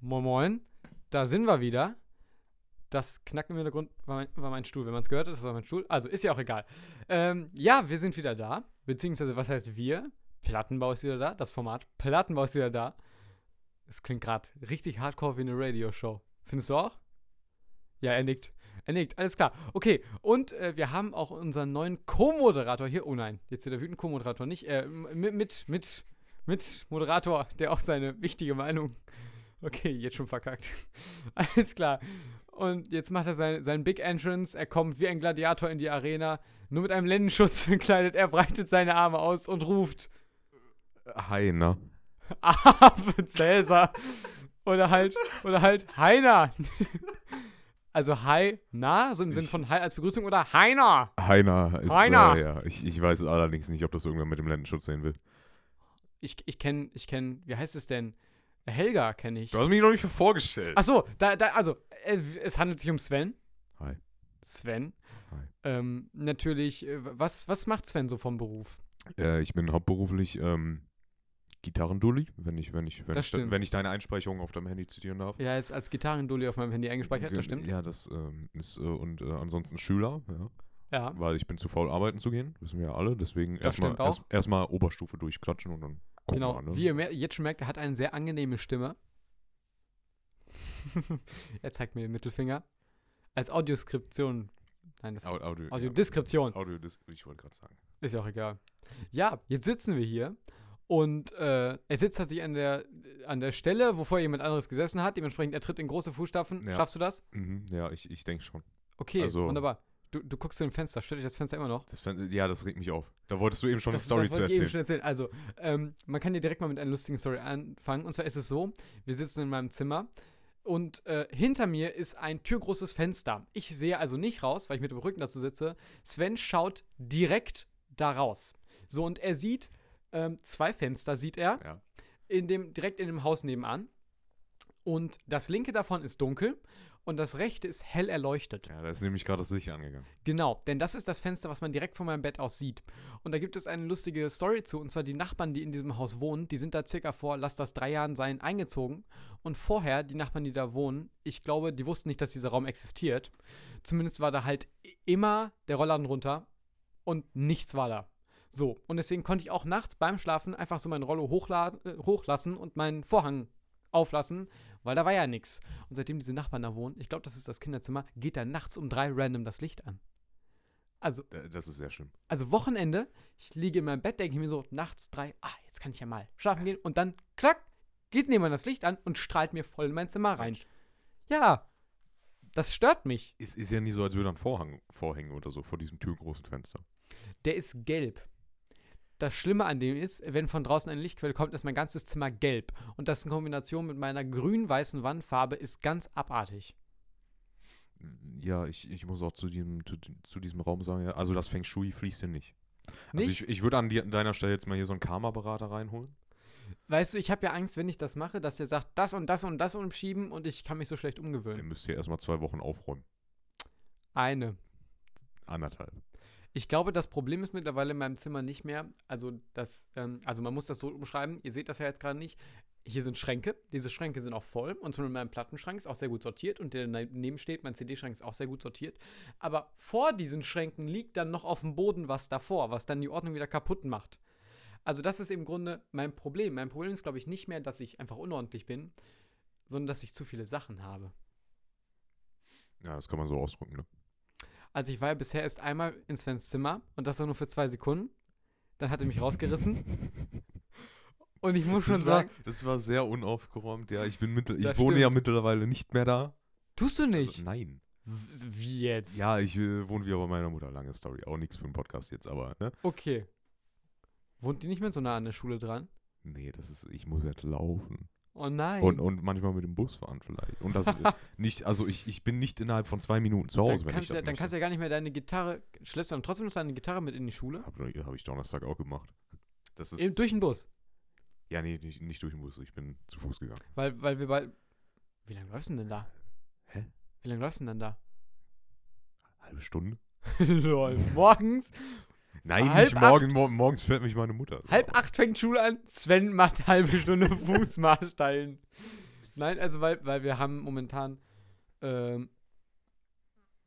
Moin Moin, da sind wir wieder. Das Knacken im Hintergrund war mein, war mein Stuhl. Wenn man es gehört hat, das war mein Stuhl. Also ist ja auch egal. Ähm, ja, wir sind wieder da. Beziehungsweise, was heißt wir? Plattenbau ist wieder da. Das Format Plattenbau ist wieder da. Es klingt gerade richtig hardcore wie eine Radioshow. Findest du auch? Ja, er nickt. Er nickt, alles klar. Okay, und äh, wir haben auch unseren neuen Co-Moderator hier. Oh nein, jetzt wieder wütend Co-Moderator nicht. Äh, mit, mit, mit, mit Moderator, der auch seine wichtige Meinung. Okay, jetzt schon verkackt. alles klar. Und jetzt macht er sein, sein Big Entrance. Er kommt wie ein Gladiator in die Arena, nur mit einem Lendenschutz bekleidet. Er breitet seine Arme aus und ruft: Heiner. Ave Cäsar. Oder halt, oder halt Heiner. Also Hi, na, so im Sinn Ich- von Hi als Begrüßung oder Heiner. Heiner ist. Heiner. Äh, ja. ich, ich weiß allerdings nicht, ob das irgendwer mit dem Lendenschutz sehen will. Ich, ich kenne, ich kenne, wie heißt es denn? Helga kenne ich. Du hast mich noch nicht für vorgestellt. Achso, da, da, also, äh, es handelt sich um Sven. Hi. Sven. Hi. Ähm, natürlich, äh, was, was macht Sven so vom Beruf? Äh, ich bin hauptberuflich ähm, Gitarrendulli, wenn ich, wenn ich, wenn, Das ich, da- stimmt. wenn ich deine Einspeicherung auf deinem Handy zitieren darf. Ja, ist als Gitarrendulli auf meinem Handy eingespeichert, Ge- das stimmt. Ja, das ähm, ist äh, und äh, ansonsten Schüler, ja, Ja. weil ich bin zu faul arbeiten zu gehen, wissen wir ja alle. Deswegen Das erstmal stimmt auch. erst, erstmal Oberstufe durchklatschen und dann gucken Genau, wir an, ne? wie ihr mer jetzt schon merkt, er hat eine sehr angenehme Stimme. er zeigt mir den Mittelfinger. Als Audioskription. Nein, das Au- Audio, Audiodeskription. Ja, Audiodis ich wollte gerade sagen. Ist ja auch egal. Ja, jetzt sitzen wir hier und äh, er sitzt tatsächlich an der, an der Stelle, wo vorher jemand anderes gesessen hat. Dementsprechend, er tritt in große Fußstapfen. Ja. Schaffst du das? Mhm, ja, ich, ich denke schon. Okay, Also- wunderbar. Du, du guckst zu dem Fenster. Stört dich das Fenster immer noch? Das, fänd- ja, das regt mich auf. Da wolltest du eben schon eine Story das zu wollte ich eben erzählen. schon erzählen. Also, ähm, man kann dir direkt mal mit einer lustigen Story anfangen. Und zwar ist es so, wir sitzen in meinem Zimmer und äh, hinter mir ist ein türgroßes Fenster. Ich sehe also nicht raus, weil ich mit dem Rücken dazu sitze. Sven schaut direkt da raus. So, und er sieht, ähm, zwei Fenster sieht er, Ja. in dem, direkt in dem Haus nebenan. Und das linke davon ist dunkel und das rechte ist hell erleuchtet. Ja, da ist nämlich gerade das Licht angegangen. Genau, denn das ist das Fenster, was man direkt von meinem Bett aus sieht. Und da gibt es eine lustige Story zu, und zwar die Nachbarn, die in diesem Haus wohnen, die sind da circa vor, lass das drei Jahren sein, eingezogen. Und vorher, die Nachbarn, die da wohnen, ich glaube, die wussten nicht, dass dieser Raum existiert. Zumindest war da halt i- immer der Rollladen runter und nichts war da. So, und deswegen konnte ich auch nachts beim Schlafen einfach so meinen Rollo hochladen, äh, hochlassen und meinen Vorhang auflassen, weil da war ja nichts. Und seitdem diese Nachbarn da wohnen, ich glaube, das ist das Kinderzimmer, geht da nachts um drei random das Licht an. Also, Da- Das ist sehr schön. also Wochenende, ich liege in meinem Bett, denke ich mir so, nachts drei, ah, jetzt kann ich ja mal schlafen gehen. Und dann, klack, geht nebenan das Licht an und strahlt mir voll in mein Zimmer rein. Mensch. Ja, das stört mich. Es ist ja nie so, als würde ein Vorhang vorhängen oder so vor diesem türgroßen Fenster. Der ist gelb. Das Schlimme an dem ist, wenn von draußen eine Lichtquelle kommt, ist mein ganzes Zimmer gelb. Und das in Kombination mit meiner grün-weißen Wandfarbe ist ganz abartig. Ja, ich, ich muss auch zu diesem, zu, zu diesem Raum sagen, ja, also das Feng Shui fließt hier nicht. Also Nicht? ich, ich würde an dir- deiner Stelle jetzt mal hier so einen Karma-Berater reinholen. Weißt du, ich habe ja Angst, wenn ich das mache, dass der sagt, das und das und das umschieben und ich kann mich so schlecht Der umgewöhnen. müsste hier erstmal zwei Wochen aufräumen. Eine. Anderthalb. Ich glaube, das Problem ist mittlerweile in meinem Zimmer nicht mehr. Also, das, ähm, also man muss das so umschreiben. Ihr seht das ja jetzt gerade nicht. Hier sind Schränke. Diese Schränke sind auch voll. Und zum Beispiel mein Plattenschrank ist auch sehr gut sortiert. Und der daneben steht, mein CD-Schrank ist auch sehr gut sortiert. Aber vor diesen Schränken liegt dann noch auf dem Boden was davor, was dann die Ordnung wieder kaputt macht. Also, das ist im Grunde mein Problem. Mein Problem ist, glaube ich, nicht mehr, dass ich einfach unordentlich bin, sondern dass ich zu viele Sachen habe. Ja, das kann man so ausdrücken, ne? Also ich war ja bisher erst einmal in Svens Zimmer und das auch nur für zwei Sekunden. Dann hat er mich rausgerissen. Und ich muss schon Das war, sagen, das war sehr unaufgeräumt, ja. Ich bin mittel, ich Das wohne ja stimmt. mittlerweile nicht mehr da. tust du Also, nicht. nein. W- Wie jetzt? Ja, ich äh, wohne wieder bei meiner Mutter. Lange Story. Auch nichts für einen Podcast jetzt, aber, ne? Okay. Wohnt die nicht mehr so nah an der Schule dran? Nee, das ist, ich muss jetzt laufen. Oh nein. Und, und manchmal mit dem Bus fahren vielleicht. Und das nicht, also ich, ich bin nicht innerhalb von zwei Minuten zu dann Hause, wenn ich kannst, das ja, dann möchte. kannst du ja gar nicht mehr deine Gitarre, schleppst du dann trotzdem noch deine Gitarre mit in die Schule? Habe hab ich Donnerstag auch gemacht. Das ist. Eben durch den Bus. ja, nee, nicht, nicht durch den Bus. Ich bin zu Fuß gegangen. Weil, weil wir bei... Wie lange läufst du denn da? Hä? Wie lange läufst du denn da? Halbe Stunde? Lol, morgens, Nein, Halb nicht morgen. Mor morgens fährt mich meine Mutter. so. halb acht fängt Schule an, Sven macht halbe Stunde Fußmarsch teilen. Nein, also weil, weil wir haben momentan, ähm,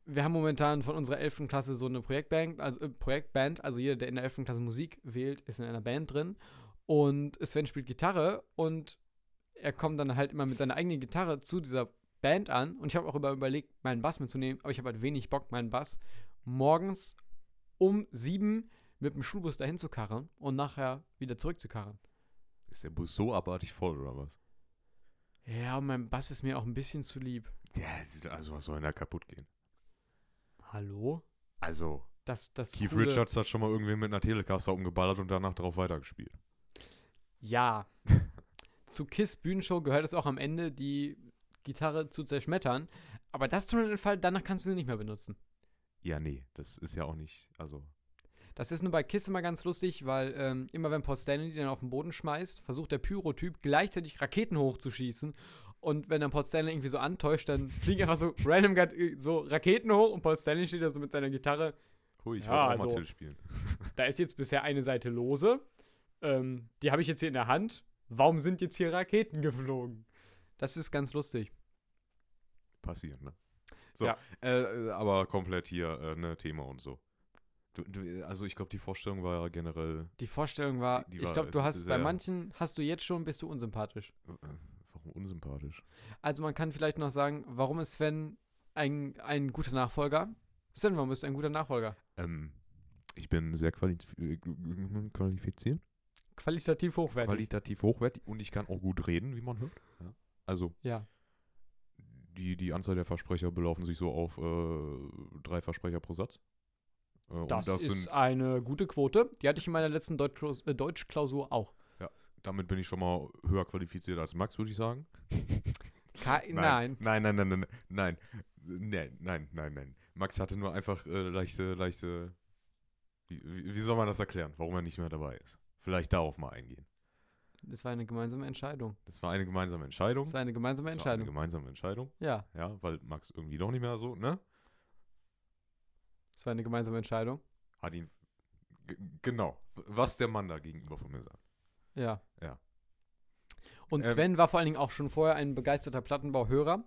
wir haben momentan von unserer 11. Klasse so eine Projektband, also äh, Projektband, also jeder, der in der 11. Klasse Musik wählt, ist in einer Band drin. Und Sven spielt Gitarre und er kommt dann halt immer mit seiner eigenen Gitarre zu dieser Band an. Und ich habe auch über, überlegt, meinen Bass mitzunehmen, aber ich habe halt wenig Bock, meinen Bass morgens um sieben mit dem Schulbus dahin zu karren und nachher wieder zurück zu karren. Ist der Bus so abartig voll oder was? Ja, und mein Bass ist mir auch ein bisschen zu lieb. Ja, es ist- also was soll denn da kaputt gehen? Hallo? Also, Das, das Keith coole- Richards hat schon mal irgendwen mit einer Telecaster umgeballert und danach drauf weitergespielt. Ja. zu Kiss Bühnenshow gehört es auch am Ende, die Gitarre zu zerschmettern. Aber das ist schon ein Fall, danach kannst du sie nicht mehr benutzen. Ja, nee, das ist ja auch nicht, also, Das ist nur bei Kiss immer ganz lustig, weil ähm, immer wenn Paul Stanley den auf den Boden schmeißt, versucht der Pyrotyp gleichzeitig Raketen hochzuschießen. Und wenn dann Paul Stanley irgendwie so antäuscht, dann fliegen einfach so random grad, äh, so Raketen hoch und Paul Stanley steht da so mit seiner Gitarre. hui, ich Ja, wollte auch mal also- Till spielen. Da ist jetzt bisher eine Seite lose. Ähm, die habe ich jetzt hier in der Hand. Warum sind jetzt hier Raketen geflogen? Das ist ganz lustig. Passiert, ne? So, Ja. äh, äh, aber komplett hier, äh, ne, Thema und so. Du, du, also ich glaube, die Vorstellung war ja generell, Die Vorstellung war, Die- die ich war glaube, du hast bei sehr- manchen hast du jetzt schon bist du unsympathisch. äh, äh, warum unsympathisch? Also man kann vielleicht noch sagen, warum ist Sven ein, ein guter Nachfolger? Sven, warum bist du ein guter Nachfolger? Ähm, ich bin sehr quali äh, qualifiziert, Qualitativ hochwertig. qualitativ hochwertig und ich kann auch gut reden, wie man hört. Ja. Also, ja. die, die Anzahl der Versprecher belaufen sich so auf äh, drei Versprecher pro Satz. Äh, und Das, das, ist sind, eine gute Quote. Die hatte ich in meiner letzten Deutschklaus äh, Deutschklausur auch. damit bin ich schon mal höher qualifiziert als Max, würde ich sagen. Ka nein. Nein, nein, nein, nein, nein, nein, nein, nein, nein. Max hatte nur einfach äh, leichte, leichte. Wie, wie wie soll man das erklären, warum er nicht mehr dabei ist? Vielleicht darauf mal eingehen. das war eine gemeinsame Entscheidung. Das war eine gemeinsame Entscheidung. Das war eine gemeinsame Das war eine Entscheidung. gemeinsame Entscheidung, Ja, ja, weil Max irgendwie doch nicht mehr so, ne? das war eine gemeinsame Entscheidung. Hat ihn. G genau, was der Mann da gegenüber von mir sagt. Ja. Ja. Und Ähm. Sven war vor allen Dingen auch schon vorher ein begeisterter Plattenbauhörer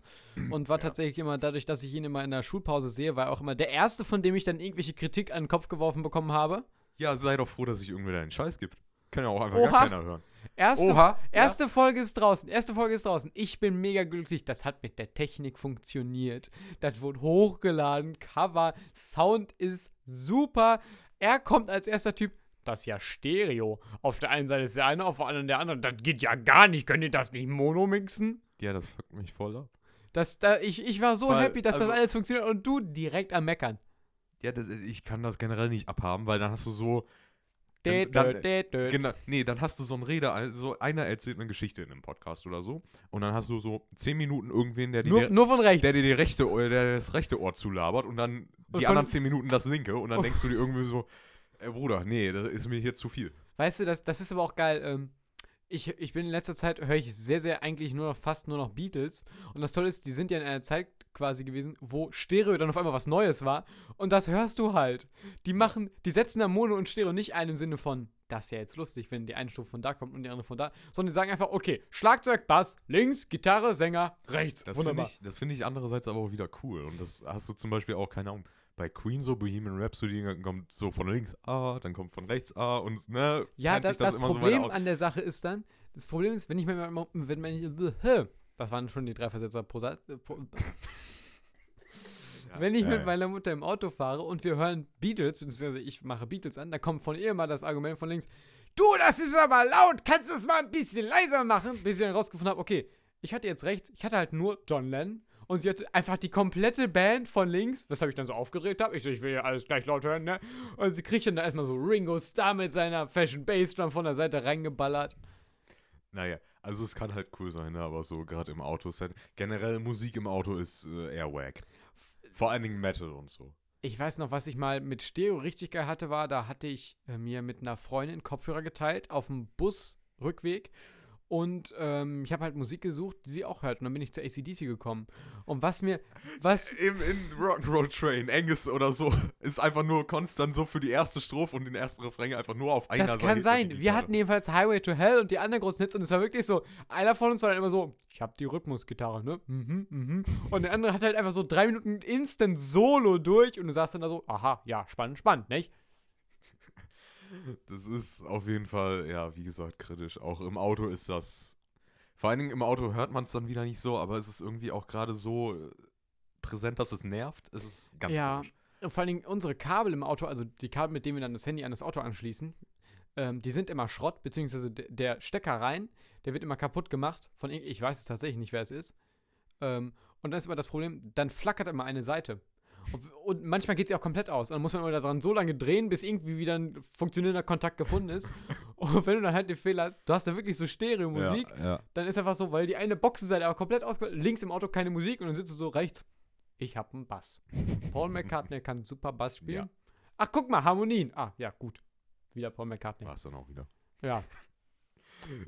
und war Ja. tatsächlich immer dadurch, dass ich ihn immer in der Schulpause sehe, war er auch immer der Erste, von dem ich dann irgendwelche Kritik an den Kopf geworfen bekommen habe. Ja, sei doch froh, dass sich irgendwer deinen Scheiß gibt. Kann ja auch einfach Oha. gar keiner hören. Erste, Oha, erste Folge ist draußen, erste Folge ist draußen. Ich bin mega glücklich, das hat mit der Technik funktioniert. Das wurde hochgeladen, Cover, Sound ist super. Er kommt als erster Typ. Das ist ja Stereo. Auf der einen Seite ist der eine, auf der anderen der andere. Das geht ja gar nicht. Könnt ihr das nicht mono mixen? Ja, das fuckt mich voll ab. Das, da, ich, ich war so Weil, happy, dass das also- alles funktioniert und du direkt am Meckern. Ja, das, ich kann das generell nicht abhaben, weil dann hast du so. Dö, Dann- dö, dann- dö, dö. Genau, nee, dann hast du so einen Rede, also einer erzählt eine Geschichte in einem Podcast oder so. Und dann hast du so zehn Minuten irgendwen, der dir Nur, der, nur von rechts. der, dir die rechte, Ohr- der das rechte Ohr zulabert und dann Und die von- Oh. anderen zehn Minuten das linke. Und dann denkst du dir irgendwie so, äh, Bruder, nee, das ist mir hier zu viel. Weißt du, das, das ist aber auch geil. Ähm, ich, ich bin in letzter Zeit, höre ich sehr, sehr eigentlich nur noch fast nur noch Beatles. Und das Tolle ist, die sind ja in einer Zeit quasi gewesen, wo Stereo dann auf einmal was Neues war. Und das hörst du halt. Die machen, die setzen da Mono und Stereo nicht ein im Sinne von, das ist ja jetzt lustig, wenn die eine Stufe von da kommt und die andere von da, sondern die sagen einfach, okay, Schlagzeug, Bass, links, Gitarre, Sänger, rechts. Das finde ich, das finde ich andererseits aber auch wieder cool. Und das hast du zum Beispiel auch, keine Ahnung, bei Queen so Bohemian Rhapsody dann kommt so von links A, dann kommt von rechts A und ne, Ja, teilt das, das, Problem auf. an der Sache ist dann, das Problem ist, wenn ich mir mal, wenn man, das waren schon die drei Versetzer pro Satz, äh, pro, Ja, wenn ich ja, mit ja. meiner Mutter im Auto fahre und wir hören Beatles, beziehungsweise ich mache Beatles an, da kommt von ihr immer das Argument von links, du, das ist aber laut, kannst du es mal ein bisschen leiser machen, bis ich dann rausgefunden habe, okay, ich hatte jetzt rechts, ich hatte halt nur John Lennon und sie hatte einfach die komplette Band von links, weshalb ich dann so aufgedreht habe, ich so, ich will ja alles gleich laut hören, ne? Und sie kriegt dann da erstmal so Ringo Starr mit seiner Fashion Bass Drum von der Seite reingeballert. Naja, also es kann halt cool sein, ne? aber so gerade im Auto ist halt, generell Musik im Auto ist äh, eher wack. Vor allen Dingen Metal und so. Ich weiß noch, was ich mal mit Stereo richtig geil hatte, war, da hatte ich äh, mir mit einer Freundin Kopfhörer geteilt auf dem Busrückweg Und ähm, ich habe halt Musik gesucht, die sie auch hört. Und dann bin ich zu ACDC gekommen. Und was mir, was, Im, in Rock'n'Roll Train, Angus oder so, ist einfach nur konstant so für die erste Strophe und den ersten Refrain einfach nur auf einer das kann geht sein. die Wir Gitarre. hatten jedenfalls Highway to Hell und die anderen großen Hits. Und es war wirklich so, einer von uns war dann immer so, ich habe die Rhythmusgitarre, ne? Mhm, mhm. Und der andere hat halt einfach so drei Minuten instant Solo durch. Und du sagst dann da so, aha, ja, spannend, spannend, nicht? Das ist auf jeden Fall, ja, wie gesagt, kritisch. Auch im Auto ist das. Vor allen Dingen im Auto hört man es dann wieder nicht so, aber es ist irgendwie auch gerade so äh, präsent, dass es nervt. Es ist ganz Ja. komisch. Und vor allen Dingen unsere Kabel im Auto, also die Kabel, mit denen wir dann das Handy an das Auto anschließen, ähm, die sind immer Schrott, beziehungsweise de- der Stecker rein, der wird immer kaputt gemacht. Von irgend- ich weiß es tatsächlich nicht, wer es ist. Ähm, und dann ist immer das Problem, dann flackert immer eine Seite. Und, und manchmal geht sie auch komplett aus. Und dann muss man immer daran so lange drehen, bis irgendwie wieder ein funktionierender Kontakt gefunden ist. und wenn du dann halt den Fehler hast, du hast da wirklich so Stereo-Musik, Ja, ja. dann ist einfach so, weil die eine Boxenseite aber komplett aus links im Auto keine Musik und dann sitzt du so rechts, ich hab einen Bass. Paul McCartney kann super Bass spielen. Ach, guck mal, Harmonien. Ah, ja, gut. Wieder Paul McCartney. War es dann auch wieder. Ja.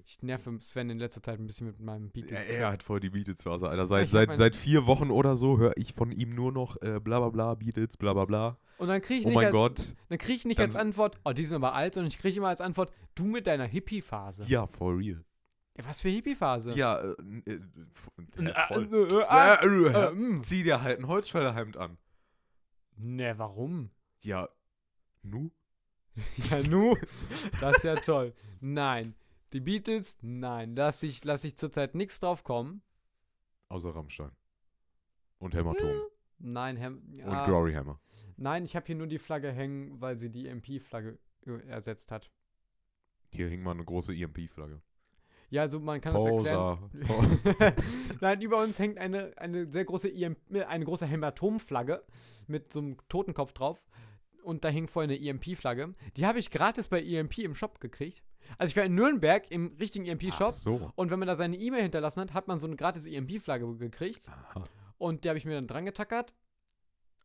Ich nerve Sven in letzter Zeit ein bisschen mit meinem Beatles. Er, er hat voll die Beatles Phase, Alter. Seit, Ich hab seit, mein- seit vier Wochen oder so höre ich von ihm nur noch äh, bla bla bla, Beatles, bla bla bla. Und dann kriege ich Oh nicht, mein als, Gott. dann krieg ich nicht Dann als so- Antwort, oh, die sind aber alt, sondern ich kriege immer als Antwort, du mit deiner Hippie-Phase. Ja, for real. Ja, Was für Hippie-Phase? Ja, äh, n- äh, f- ja, Äh, voll. äh, äh, ah, Ja, äh, äh, mm. Zieh dir halt ein Holzfällerhemd an. Ne, warum? Ja, nu? Ja, nu, das ist ja toll. Nein. Die Beatles, nein. Lass ich, lass ich zurzeit nichts drauf kommen. Außer Rammstein. Und Hämatom. Nein, Hem Und ja, Glory Hammer. nein, ich habe hier nur die Flagge hängen, weil sie die MP-Flagge äh, ersetzt hat. Hier hing mal eine große EMP-Flagge. Ja, also man kann das erklären. Poser. Po- Nein, über uns hängt eine, eine sehr große IM äh, eine große Hämatom-Flagge mit so einem Totenkopf drauf. Und da hing vorher eine EMP-Flagge. Die habe ich gratis bei EMP im Shop gekriegt. Also ich war in Nürnberg im richtigen E Ach EMP-Shop. so. Und wenn man da seine E-Mail hinterlassen hat, hat man so eine gratis EMP-Flagge gekriegt. Aha. Und die habe ich mir dann dran getackert.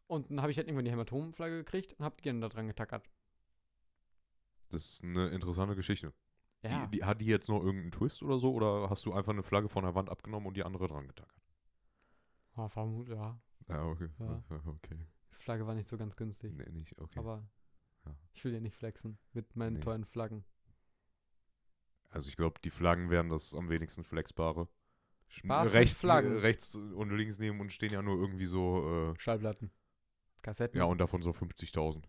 Und dann habe ich halt irgendwann die Hämatom-Flagge gekriegt und habe die dann da dran getackert. Das ist eine interessante Geschichte. Ja. Die, die, hat die jetzt noch irgendeinen Twist oder so? Oder hast du einfach eine Flagge von der Wand abgenommen und die andere dran getackert? Ja, vermut, ja. Ah, okay. Ja. Okay. Die Flagge war nicht so ganz günstig. Nee, nicht. Okay. Aber Ja. ich will ja nicht flexen mit meinen Nee. teuren Flaggen. Also ich glaube, die Flaggen wären das am wenigsten flexbare. Spaß rechts, mit Flaggen. rechts und links neben uns stehen ja nur irgendwie so, Schallplatten. äh, Kassetten. ja, und davon so 50.000.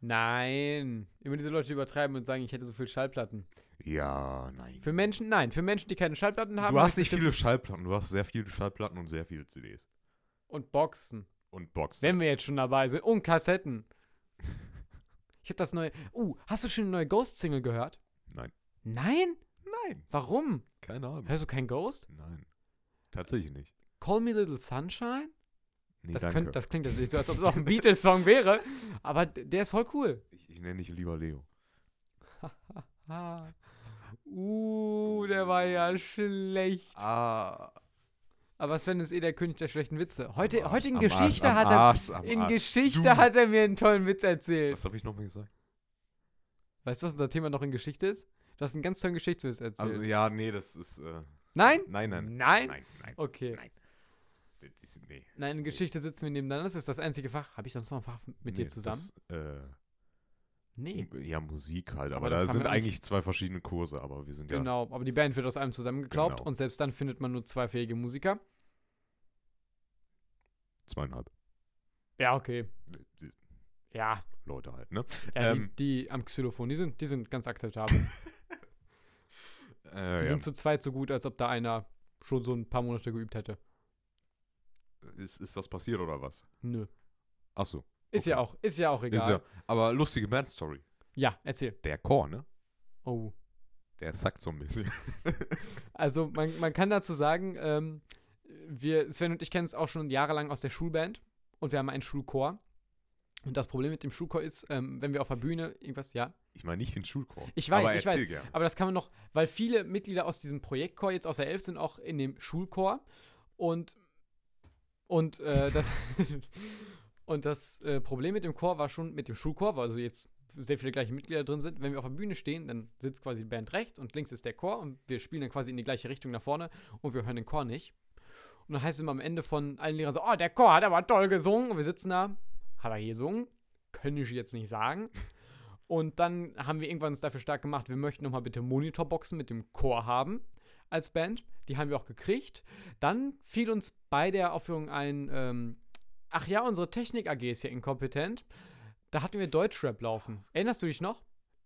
Nein. Immer diese Leute die übertreiben und sagen, ich hätte so viel Schallplatten. Ja, nein. Für Menschen, nein. Für Menschen, die keine Schallplatten haben. Du hab hast ich nicht viele Schallplatten, du hast sehr viele Schallplatten und sehr viele CDs. bestimmt- Und Boxen. Und Boxen. Wenn wir jetzt schon dabei sind. Und Kassetten. Ich habe das neue. Uh, hast du schon die neue Ghost-Single gehört? Nein. Nein? Nein, Warum? keine Ahnung. Hörst du kein Ghost? Nein. Tatsächlich nicht. Call Me Little Sunshine? Nee, das, danke. könnt, das klingt jetzt nicht so, als ob es auch ein Beatles-Song wäre. Aber d- der ist voll cool. ich ich nenne dich lieber Leo. Ah. Uh, der war ja schlecht. Ah, Aber Sven ist eh der König der schlechten Witze. Heute, Arsch, heute in am Geschichte Arsch, am hat er. Arsch, am in Arsch. Geschichte Du. hat er mir einen tollen Witz erzählt. Was habe ich nochmal gesagt? Weißt du, was unser Thema noch in Geschichte ist? Du hast einen ganz tollen Geschichtswitz erzählt. Also, ja, nee, das ist. Äh, Nein? nein, nein. Nein? Oh. Nein, nein. Okay. Nein. Das ist, nee. Nein, in Geschichte sitzen wir nebeneinander. Das ist das einzige Fach. Habe ich sonst noch ein Fach mit dir Nee, zusammen? Das, äh, Nee. Ja, Musik halt, aber, Aber das da haben sind wir eigentlich- eigentlich zwei verschiedene Kurse, aber wir sind ja. Genau. Aber die Band wird aus allem zusammengeklaubt Genau. und selbst dann findet man nur zwei fähige Musiker. Zweieinhalb Ja, okay. äh, Ja. Leute halt, ne? ja Ähm. die, die am Xylophon, die sind, die sind ganz akzeptabel. Die Äh, ja. sind zu zweit so gut, als ob da einer schon so ein paar Monate geübt hätte. Ist, ist das passiert oder was? Nö. Achso. Ist ja Okay. auch, ist ja auch egal. Ist ja. Aber lustige Bandstory. ja, erzähl. Der Chor, ne? Oh. Der sackt so ein bisschen. Also man, man kann dazu sagen, ähm, wir, Sven und ich kennen es auch schon jahrelang aus der Schulband und wir haben einen Schulchor. Und das Problem mit dem Schulchor ist, ähm, wenn wir auf der Bühne irgendwas, ja, Ich meine nicht den Schulchor. Ich weiß, aber ich erzähl weiß. Gerne. aber das kann man noch, weil viele Mitglieder aus diesem Projektchor jetzt aus der Elf sind auch in dem Schulchor und und äh, das, und das äh, Problem mit dem Chor war schon mit dem Schulchor, war also jetzt sehr viele gleiche Mitglieder drin sind. Wenn wir auf der Bühne stehen, dann sitzt quasi die Band rechts und links ist der Chor und wir spielen dann quasi in die gleiche Richtung nach vorne und wir hören den Chor nicht. Und dann heißt es immer am Ende von allen Lehrern so, oh, der Chor hat aber toll gesungen. Und wir sitzen da, hat er gesungen? Können ich jetzt nicht sagen. Und dann haben wir irgendwann uns dafür stark gemacht, wir möchten nochmal bitte Monitorboxen mit dem Chor haben als Band. Die haben wir auch gekriegt. Dann fiel uns bei der Aufführung ein, ähm, ach ja, unsere Technik AG ist hier inkompetent. Da hatten wir Deutschrap laufen. Erinnerst du dich noch?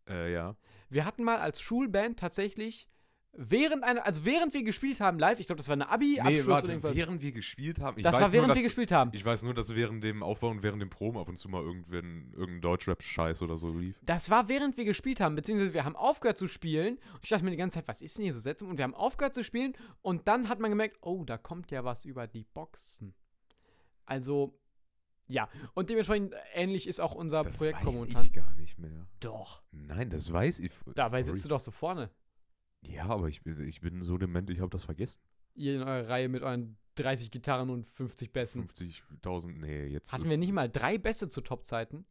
Äh, ja. Wir hatten mal als Schulband tatsächlich während einer, also während wir gespielt haben live, ich glaube, das war eine abi Nee, oder warte, irgendwas. während wir gespielt haben. Ich Das weiß war während nur, wir dass, gespielt haben. Ich weiß nur, dass während dem Aufbau und während dem Proben ab und zu mal irgendwann irgendein Deutschrap-Scheiß oder so lief. Das war während wir gespielt haben, beziehungsweise wir haben aufgehört zu spielen. Und ich dachte mir die ganze Zeit, was ist denn hier so seltsam? Und wir haben aufgehört zu spielen und dann hat man gemerkt, oh, da kommt ja was über die Boxen. Also, ja. Und dementsprechend äh, ähnlich ist auch unser Das Projekt weiß momentan. ich gar nicht mehr. Doch. Nein, das weiß ich. Dabei sitzt du doch so vorne. Ja, aber ich, bin- ich bin so dement, ich habe das vergessen. Ihr in eurer Reihe mit euren 30 Gitarren und 50 Bässen. 50.000, nee, jetzt Hm. Hatten ist wir nicht mal drei Bässe zu Topzeiten?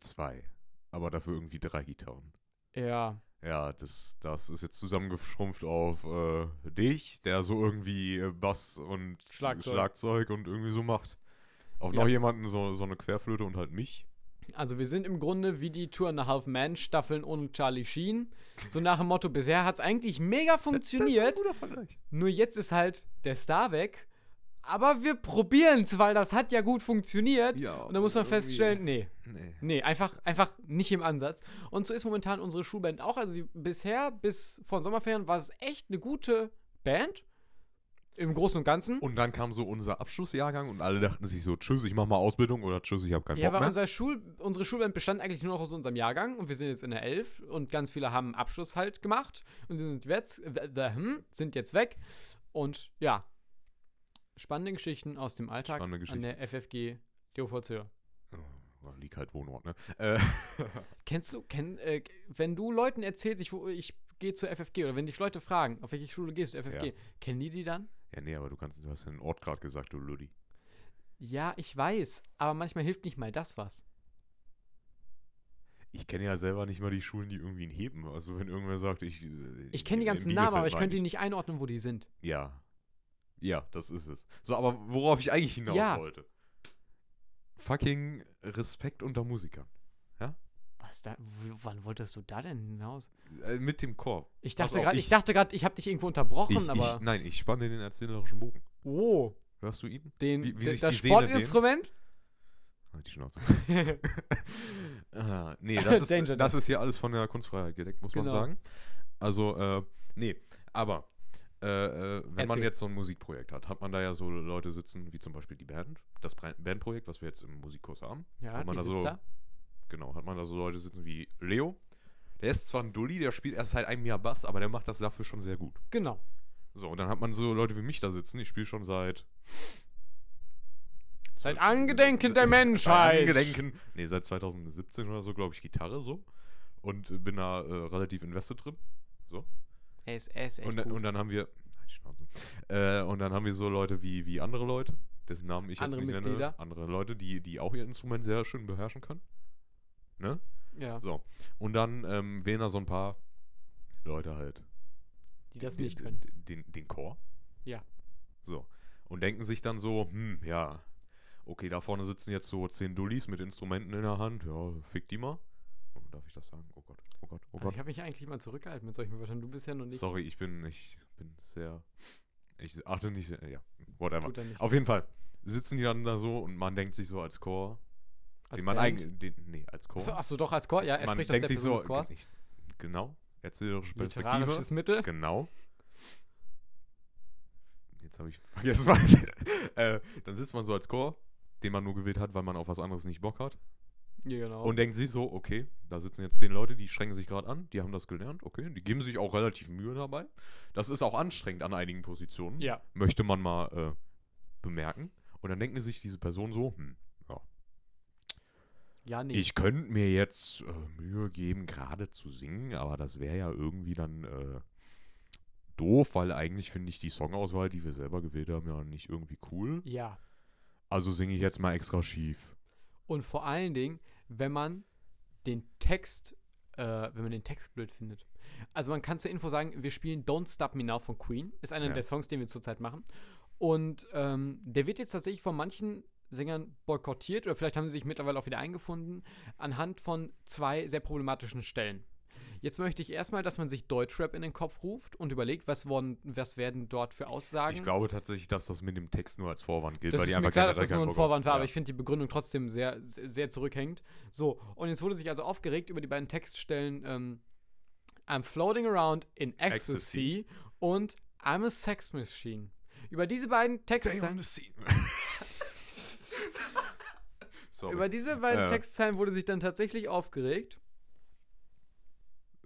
zwei. Aber dafür irgendwie drei Gitarren. Ja. Ja, das, das ist jetzt zusammengeschrumpft auf äh, dich, der so irgendwie äh, Bass und Schlagzeug. Schlagzeug und irgendwie so macht. Auf Ja. noch jemanden so, so eine Querflöte und halt mich. Also wir sind im Grunde wie die Tour and a Half Man Staffeln ohne Charlie Sheen. So nach dem Motto, bisher hat es eigentlich mega funktioniert. guter Vergleich. Nur jetzt ist halt der Star weg. Aber wir probieren's, weil das hat ja gut funktioniert. Ja, und dann muss man irgendwie- feststellen, nee, Nee. nee, einfach, einfach nicht im Ansatz. Und so ist momentan unsere Schulband auch. Also sie, bisher, bis vor den Sommerferien, war es echt eine gute Band. Im Großen und Ganzen. Und dann kam so unser Abschlussjahrgang und alle dachten sich so, tschüss, ich mach mal Ausbildung oder tschüss, ich habe keinen ja, Bock weil mehr. unser Schul unsere Schulband bestand eigentlich nur noch aus unserem Jahrgang und wir sind jetzt in der 11 und ganz viele haben einen Abschluss halt gemacht und sind jetzt, w- w- hm, sind jetzt weg. Und ja, spannende Geschichten aus dem Alltag Spannende an der FFG Leopoldshöhe. Oh, liegt halt Wohnort, ne? Äh, Kennst du, kenn, äh, wenn du Leuten erzählst, ich, wo- ich gehe zur FFG oder wenn dich Leute fragen, auf welche Schule gehst du, FFG, Ja. kennen die die dann? ja, nee, aber du kannst, du hast ja den Ort gerade gesagt, du Ludi. Ja, ich weiß, aber manchmal hilft nicht mal das was. Ich kenne ja selber nicht mal die Schulen, die irgendwie einen heben. Also wenn irgendwer sagt, ich. äh, Ich kenne die in ganzen Namen, Bielefeld aber ich war könnte die nicht einordnen, wo die sind. Ja. Ja, das ist es. So, aber worauf ich eigentlich hinaus Ja. wollte. Fucking Respekt unter Musikern. Was da, w- wann wolltest du da denn hinaus? Äh, mit dem Chor. Ich Pass dachte gerade, auf, ich, Also ich- dachte gerade, ich habe dich irgendwo unterbrochen, Ich, ich, aber nein, ich spanne den erzählerischen Bogen. oh, Hörst du ihn? den Wie- wie de- sich das die Sehne dehnt? Sportinstrument? Ah, die Schnauze. ah, nee, das Danger ist, das ist hier alles von der Kunstfreiheit gedeckt, muss man Genau. sagen. Also, äh, nee, aber äh, äh, wenn man Erzähl. jetzt so ein Musikprojekt hat, hat man da ja so Leute sitzen, wie zum Beispiel die Band, das Bre- Bandprojekt, was wir jetzt im Musikkurs haben. Ja, Hat man die da sitzt so- da. Genau, hat man da so Leute sitzen wie Leo. Der ist zwar ein Dulli, der spielt erst seit einem Jahr Bass, aber der macht das dafür schon sehr gut. Genau. So, und dann hat man so Leute wie mich da sitzen. Ich spiele schon seit. Seit seit- Angedenken der seit- Menschheit. Angedenken. Nee, seit 2017 oder so, glaube ich, Gitarre so. Und äh, bin da äh, relativ invested drin. Er ist, er ist echt Und, gut. dann- und dann haben wir. Nein, die Schnauze. Äh, und dann haben wir so Leute wie, wie andere Leute, dessen Namen ich Andere jetzt nicht Mitglieder. nenne. Andere Leute, die, die auch ihr Instrument sehr schön beherrschen können. Ne? ja, So. Und dann ähm, wählen da so ein paar Leute halt die das den- nicht können. Den, den Chor? Ja. So. Und denken sich dann so, hm, ja, okay, da vorne sitzen jetzt so zehn Dullis mit Instrumenten in der Hand, ja, fick die mal. Oh, darf ich das sagen? Oh Gott, oh Gott, oh Also Gott. ich habe mich eigentlich mal zurückgehalten mit solchen Wörtern. Du bist ja noch nicht. Sorry, ich bin, ich bin sehr, ich achte nicht, sehr- ja, whatever. tut er nicht. Auf jeden Fall sitzen die dann da so und man denkt sich so als Chor, Als den man Band. eigentlich, den, nee, als Chor. Achso, achso, doch, als Chor. Ja, er man spricht denkt aus der sich so, Person des Chors. ich, genau, erzählerische Perspektive. Literarisches Mittel. Genau. Jetzt habe ich vergessen, was. äh, dann sitzt man so als Chor, den man nur gewählt hat, weil man auf was anderes nicht Bock hat. Ja, genau. Und denkt sich so, okay, da sitzen jetzt zehn Leute, die strengen sich gerade an, die haben das gelernt, okay, die geben sich auch relativ Mühe dabei. Das ist auch anstrengend an einigen Positionen, ja, möchte man mal äh, bemerken. Und dann denken sich diese Personen so, hm, ja, nee. ich könnte mir jetzt äh, Mühe geben, gerade zu singen, aber das wäre ja irgendwie dann äh, doof, weil eigentlich finde ich die Songauswahl, die wir selber gewählt haben, ja nicht irgendwie cool. ja. Also singe ich jetzt mal extra schief. Und vor allen Dingen, wenn man den Text, äh, wenn man den Text blöd findet. Also man kann zur Info sagen, wir spielen Don't Stop Me Now von Queen. Ist einer Ja. der Songs, den wir zurzeit machen. Und ähm, der wird jetzt tatsächlich von manchen Sängern boykottiert oder vielleicht haben sie sich mittlerweile auch wieder eingefunden, anhand von zwei sehr problematischen Stellen. Jetzt möchte ich erstmal, dass man sich Deutschrap in den Kopf ruft und überlegt, was, worden, was werden dort für Aussagen. Ich glaube tatsächlich, dass das mit dem Text nur als Vorwand gilt, Das weil ist die mir einfach klar, dass generell das nur keinen ein Bock auf- Vorwand war, ja. aber ich finde die Begründung trotzdem sehr, sehr, sehr zurückhängend. So, und jetzt wurde sich also aufgeregt über die beiden Textstellen ähm, I'm floating around in ecstasy, Ecstasy. und I'm a sex machine. Über diese beiden Stay on Textzeilen, the scene. Sorry. über diese beiden Ja. Textzeilen wurde sich dann tatsächlich aufgeregt,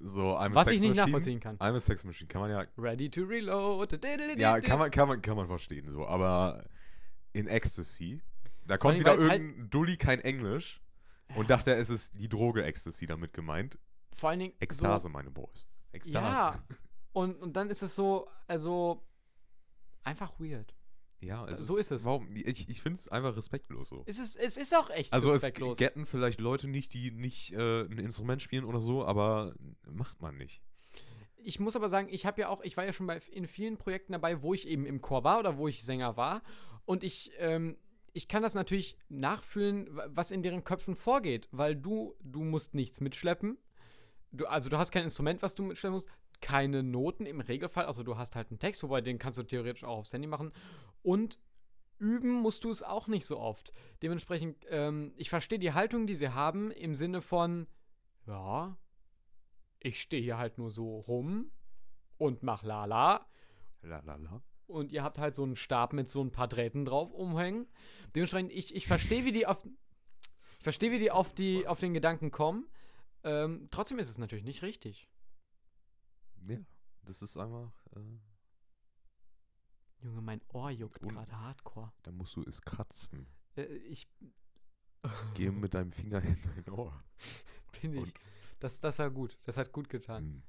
so, I'm a was Sex ich nicht Machine. nachvollziehen kann. I'm a Sex Machine, kann man ja, Ready to reload. ja, kann man, kann man, kann man verstehen, so, aber in Ecstasy, da Vor kommt allem, wieder weil es halt- irgendein Dulli kein Englisch und dachte, es ist die Droge Ecstasy damit gemeint. Vor allen Dingen Ekstase, So, meine Boys. ja. Ekstase. Und, und dann ist es so, also einfach weird. Ja, es So ist es. Warum? Ich, ich finde es einfach respektlos so. Es ist, es ist auch echt Also es respektlos. getten vielleicht Leute nicht, die nicht äh, ein Instrument spielen oder so, aber macht man nicht. Ich muss aber sagen, ich habe ja auch, ich war ja schon bei, in vielen Projekten dabei, wo ich eben im Chor war oder wo ich Sänger war. Und ich, ähm, ich kann das natürlich nachfühlen, wa- was in deren Köpfen vorgeht, weil du, du musst nichts mitschleppen. Du, also du hast kein Instrument, was du mitschleppen musst, keine Noten im Regelfall, also du hast halt einen Text, wobei den kannst du theoretisch auch aufs Handy machen. Und üben musst du es auch nicht so oft. Dementsprechend, ähm, ich verstehe die Haltung, die sie haben, im Sinne von, ja, ich stehe hier halt nur so rum und mach lala. La, la, la. Und ihr habt halt so einen Stab mit so ein paar Drähten drauf umhängen. Dementsprechend, ich, ich verstehe, wie die auf. Ich verstehe, wie die auf, die auf den Gedanken kommen. Ähm, trotzdem ist es natürlich nicht richtig. Ja, das ist einfach, äh, Junge, mein Ohr juckt Un- gerade hardcore. da musst du es kratzen. Äh, ich Geh mit deinem Finger in dein Ohr. bin Und- ich. Das, das war gut. Das hat gut getan. Hm,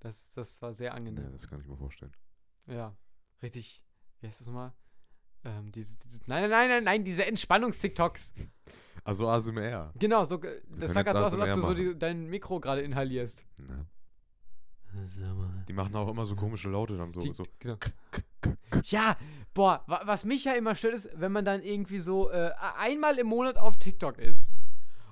Das, das war sehr ja, angenehm. das kann ich mir vorstellen. Ja, richtig. Wie heißt das nochmal? Ähm, diese, diese, nein, nein, nein, nein, nein, diese Entspannungs-TikToks. Also ASMR. Genau, so, ge- Wir das können sah jetzt ganz aus, als ob ASMR du so machen. die, dein Mikro gerade inhalierst. Ne? Sag mal. Die machen auch immer so komische Laute dann so. Die, so. Genau. Ja, boah, wa was mich ja immer stört ist, wenn man dann irgendwie so äh, einmal im Monat auf TikTok ist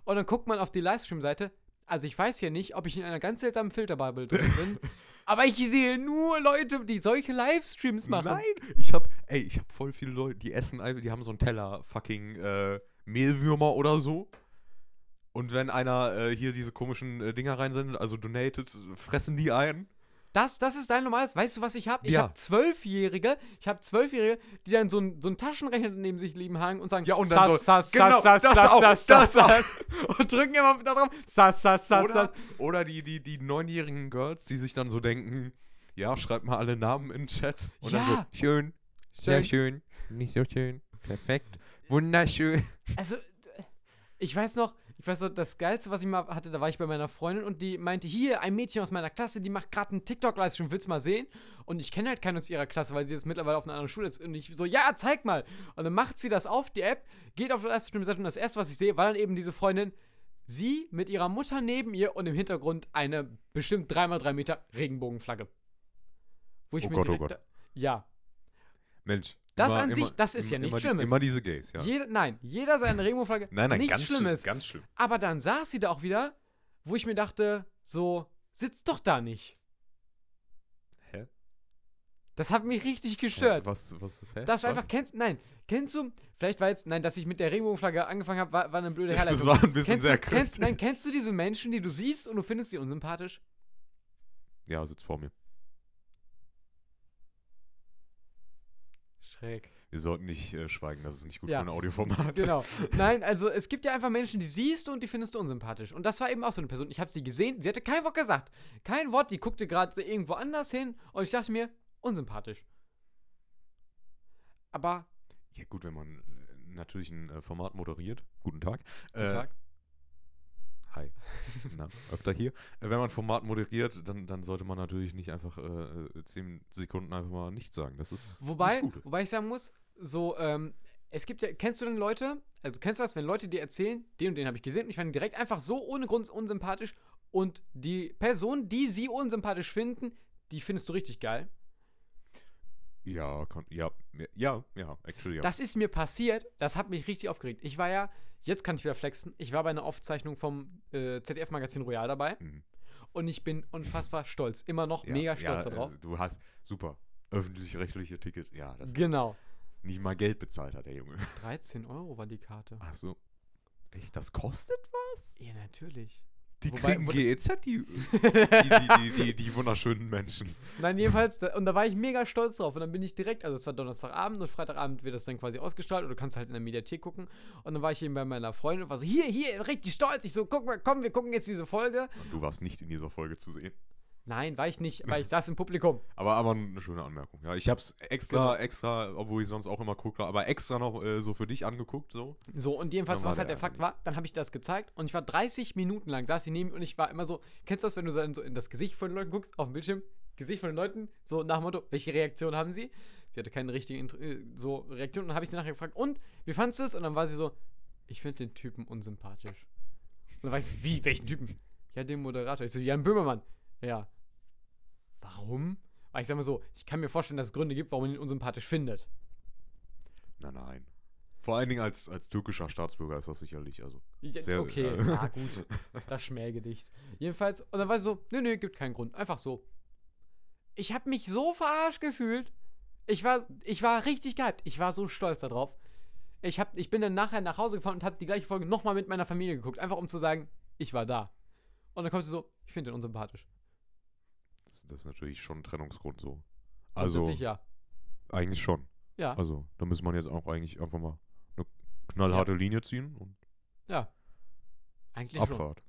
und dann guckt man auf die Livestream-Seite. Also ich weiß ja nicht, ob ich in einer ganz seltsamen Filterbubble drin bin, aber ich sehe nur Leute, die solche Livestreams machen. Nein, ich hab, ey, ich hab voll viele Leute, die essen, einfach- die haben so einen Teller fucking äh, Mehlwürmer oder so. Und wenn einer äh, hier diese komischen äh, Dinger reinsendet, also donated, fressen die ein. Das, das ist dein normales. Weißt du, was ich habe? Ich Ja. habe Zwölfjährige, ich habe Zwölfjährige, die dann so einen so einen Taschenrechner neben sich liegen haben und sagen, Ja, und dann so, sass, genau, sass, das sass, auch, sass, das sass, auch. sass. und drücken immer wieder drauf, sass, sass, sass, sass. Oder, oder die, die, die neunjährigen Girls, die sich dann so denken, ja, schreibt mal alle Namen in den Chat. Und dann Ja. so, schön, Schön. schön, nicht so schön, perfekt, wunderschön. Also, ich weiß noch, ich weiß noch, das Geilste, was ich mal hatte, da war ich bei meiner Freundin und die meinte, hier, ein Mädchen aus meiner Klasse, die macht gerade einen TikTok-Livestream, willst du mal sehen? Und ich kenne halt keinen aus ihrer Klasse, weil sie jetzt mittlerweile auf einer anderen Schule ist. Und ich so, ja, zeig mal. Und dann macht sie das auf, die App, geht auf die Livestream-Seite und das erste, was ich sehe, war dann eben diese Freundin, sie mit ihrer Mutter neben ihr und im Hintergrund eine bestimmt 3x3 Meter Regenbogenflagge. Wo ich Oh mir Gott, oh direkt Gott. da- Ja, Mensch. Das an sich, das ist ja immer, nichts immer die- Schlimmes. Immer diese Gays, ja. Jeder, nein, jeder seine Regenbogenflagge. Nein, nein, nichts ganz Schlimmes. schlimm, ganz schlimm. Aber dann saß sie da auch wieder, wo ich mir dachte, so, sitzt doch da nicht. Hä? Das hat mich richtig gestört. Was, was, hä? das war Was? einfach, kennst nein, kennst du, vielleicht war jetzt, nein, dass ich mit der Regenbogenflagge angefangen habe, war, war eine blöde Das, Herleitung. das war ein bisschen kennst sehr du, kennst, kritisch. nein, kennst du diese Menschen, die du siehst und du findest sie unsympathisch? Ja, sitzt vor mir. Schräg. Wir sollten nicht äh, schweigen, das ist nicht gut Ja. für ein Audioformat. Genau. Nein, also es gibt ja einfach Menschen, die siehst du und die findest du unsympathisch. Und das war eben auch so eine Person. Ich habe sie gesehen, sie hatte kein Wort gesagt. Kein Wort, die guckte gerade so irgendwo anders hin und ich dachte mir, unsympathisch. Aber, Ja, gut, wenn man äh, natürlich ein äh, Format moderiert. Guten Tag. guten äh, Tag. Hi. Na, öfter hier. Äh, wenn man ein Format moderiert, dann, dann sollte man natürlich nicht einfach äh, äh, zehn Sekunden einfach mal nichts sagen. Das ist Wobei, nicht gut. wobei ich sagen muss, so, ähm, es gibt ja, kennst du denn Leute, also kennst du das, wenn Leute dir erzählen, den und den habe ich gesehen und ich fand ihn direkt einfach so ohne Grund unsympathisch und die Person, die sie unsympathisch finden, die findest du richtig geil. Ja, kann, ja, ja, ja, actually, ja. Das ist mir passiert, das hat mich richtig aufgeregt. Ich war ja, jetzt kann ich wieder flexen, ich war bei einer Aufzeichnung vom äh, ZDF-Magazin Royal dabei Mhm. und ich bin unfassbar stolz, immer noch ja, mega stolz ja, darauf. also Du hast, super, öffentlich-rechtliche Ticket, ja, das genau. nicht mal Geld bezahlt hat der Junge. 13 Euro war die Karte. Ach so. Also, Echt, das kostet was? Ja, natürlich. Die Wobei- kriegen wo- GEZ, die, die, die, die, die, die wunderschönen Menschen. Nein, jedenfalls, da, und da war ich mega stolz drauf. Und dann bin ich direkt, also es war Donnerstagabend und Freitagabend wird das dann quasi ausgestrahlt oder du kannst halt in der Mediathek gucken. Und dann war ich eben bei meiner Freundin und war so, hier, hier, richtig stolz. Ich so, guck mal, komm, wir gucken jetzt diese Folge. Und du warst nicht in dieser Folge zu sehen. Nein, war ich nicht, weil ich saß im Publikum. Aber, aber eine schöne Anmerkung. Ja, ich hab's extra, Genau. extra, obwohl ich sonst auch immer gucke, aber extra noch äh, so für dich angeguckt, so. So, und jedenfalls, Dann war was halt der der Fakt also war, dann habe ich das gezeigt und ich war 30 Minuten lang, saß sie neben mir und ich war immer so, kennst du das, wenn du so in so in das Gesicht von den Leuten guckst, auf dem Bildschirm, Gesicht von den Leuten, so nach dem Motto, welche Reaktion haben sie? Sie hatte keine richtige Int- äh, so Reaktion und dann habe ich sie nachher gefragt, und, wie fandst du es? Und dann war sie so, ich finde den Typen unsympathisch. Und dann war ich so, wie, welchen Typen? Ja, den Moderator. Ich so, Jan Böhmermann. Ja. Warum? Weil ich sag mal so, ich kann mir vorstellen, dass es Gründe gibt, warum man ihn unsympathisch findet. Nein, nein. Vor allen Dingen als, als türkischer Staatsbürger ist das sicherlich, also. Ja, Sehr- okay, äh, ja gut, das Schmähgedicht. Jedenfalls, und dann war sie so, nö, nö, gibt keinen Grund, einfach so. Ich habe mich so verarscht gefühlt. Ich war, ich war richtig gehypt, ich war so stolz darauf. Ich, hab, ich bin dann nachher nach Hause gefahren und habe die gleiche Folge nochmal mit meiner Familie geguckt, einfach um zu sagen, ich war da. Und dann kommt sie so, ich finde den unsympathisch. Das, das ist natürlich schon ein Trennungsgrund, so. Grundsätzlich Also, ja. eigentlich schon. Ja, Also, da muss man jetzt auch eigentlich einfach mal eine knallharte Linie ziehen und ja. Eigentlich schon, Abfahrt.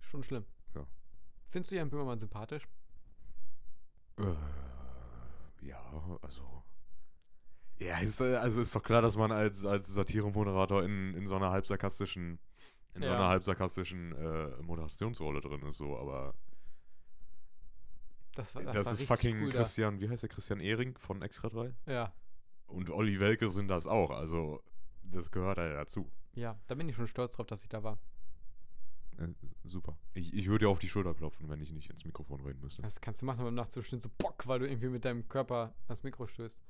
schon schlimm. Ja. Findest du Jan Böhmermann sympathisch? Äh, ja, also. Ja, ist, äh, also ist doch klar, dass man als, als Satire-Moderator in, in so einer halb sarkastischen, in so Ja. einer halb sarkastischen äh, Moderationsrolle drin ist, so, aber Das, war- das, war ist richtig fucking cool da. Christian, wie heißt der Christian Ehring von Extra 3? Ja, Und Olli Welke sind das auch, also das gehört halt dazu. ja, da bin ich schon stolz drauf, dass ich da war. Äh, super. Ich, ich würde dir auf die Schulter klopfen, wenn ich nicht ins Mikrofon reden müsste. Das kannst du machen, aber im Nachzuschnitt so Bock, weil du irgendwie mit deinem Körper ans Mikro stößt.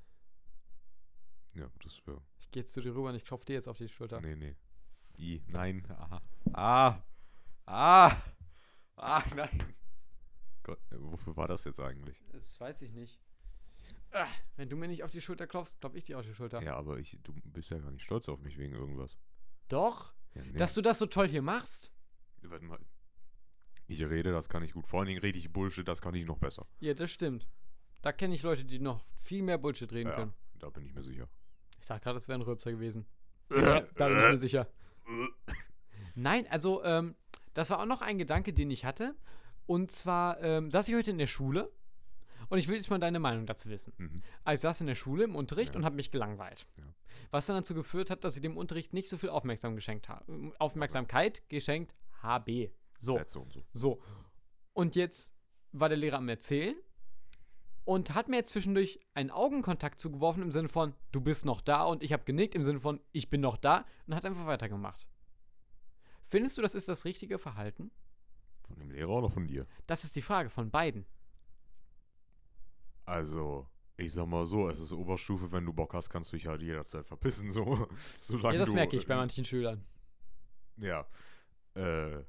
Ja, das wäre. Ich gehe jetzt zu dir rüber und ich klopfe dir jetzt auf die Schulter. Nee, nee. I, nein. Aha. Ah. Ah. Ah, nein. Gott, äh, wofür war das jetzt eigentlich? Das weiß ich nicht. Ah, wenn du mir nicht auf die Schulter klopfst, klopf ich dir auf die Schulter. Ja, aber ich, du bist ja gar nicht stolz auf mich wegen irgendwas. Doch, Ja, nee. dass du das so toll hier machst. Warte mal. Ich rede, das kann ich gut. Vor allen Dingen rede ich Bullshit, das kann ich noch besser. Ja, das stimmt. Da kenne ich Leute, die noch viel mehr Bullshit reden Ja, können. da bin ich mir sicher. Ich dachte gerade, es wäre ein Rülpser gewesen. Äh, da bin ich mir sicher. Äh. Nein, also ähm, das war auch noch ein Gedanke, den ich hatte. Und zwar ähm, saß ich heute in der Schule und ich will jetzt mal deine Meinung dazu wissen. Mhm. Also ich saß in der Schule im Unterricht Ja. und habe mich gelangweilt. Ja. Was dann dazu geführt hat, dass ich dem Unterricht nicht so viel Aufmerksam geschenkt ha ähm, Aufmerksamkeit geschenkt habe. So. Sätze und so. So. Und jetzt war der Lehrer am Erzählen und hat mir jetzt zwischendurch einen Augenkontakt zugeworfen im Sinne von, du bist noch da und ich habe genickt im Sinne von, ich bin noch da und hat einfach weitergemacht. Findest du, das ist das richtige Verhalten? Von dem Lehrer oder von dir? Das ist die Frage von beiden. Also, ich sag mal so, es ist Oberstufe, wenn du Bock hast, kannst du dich halt jederzeit verpissen, so. Solange Ja, das du, merke ich bei äh, manchen Schülern. Ja. Äh,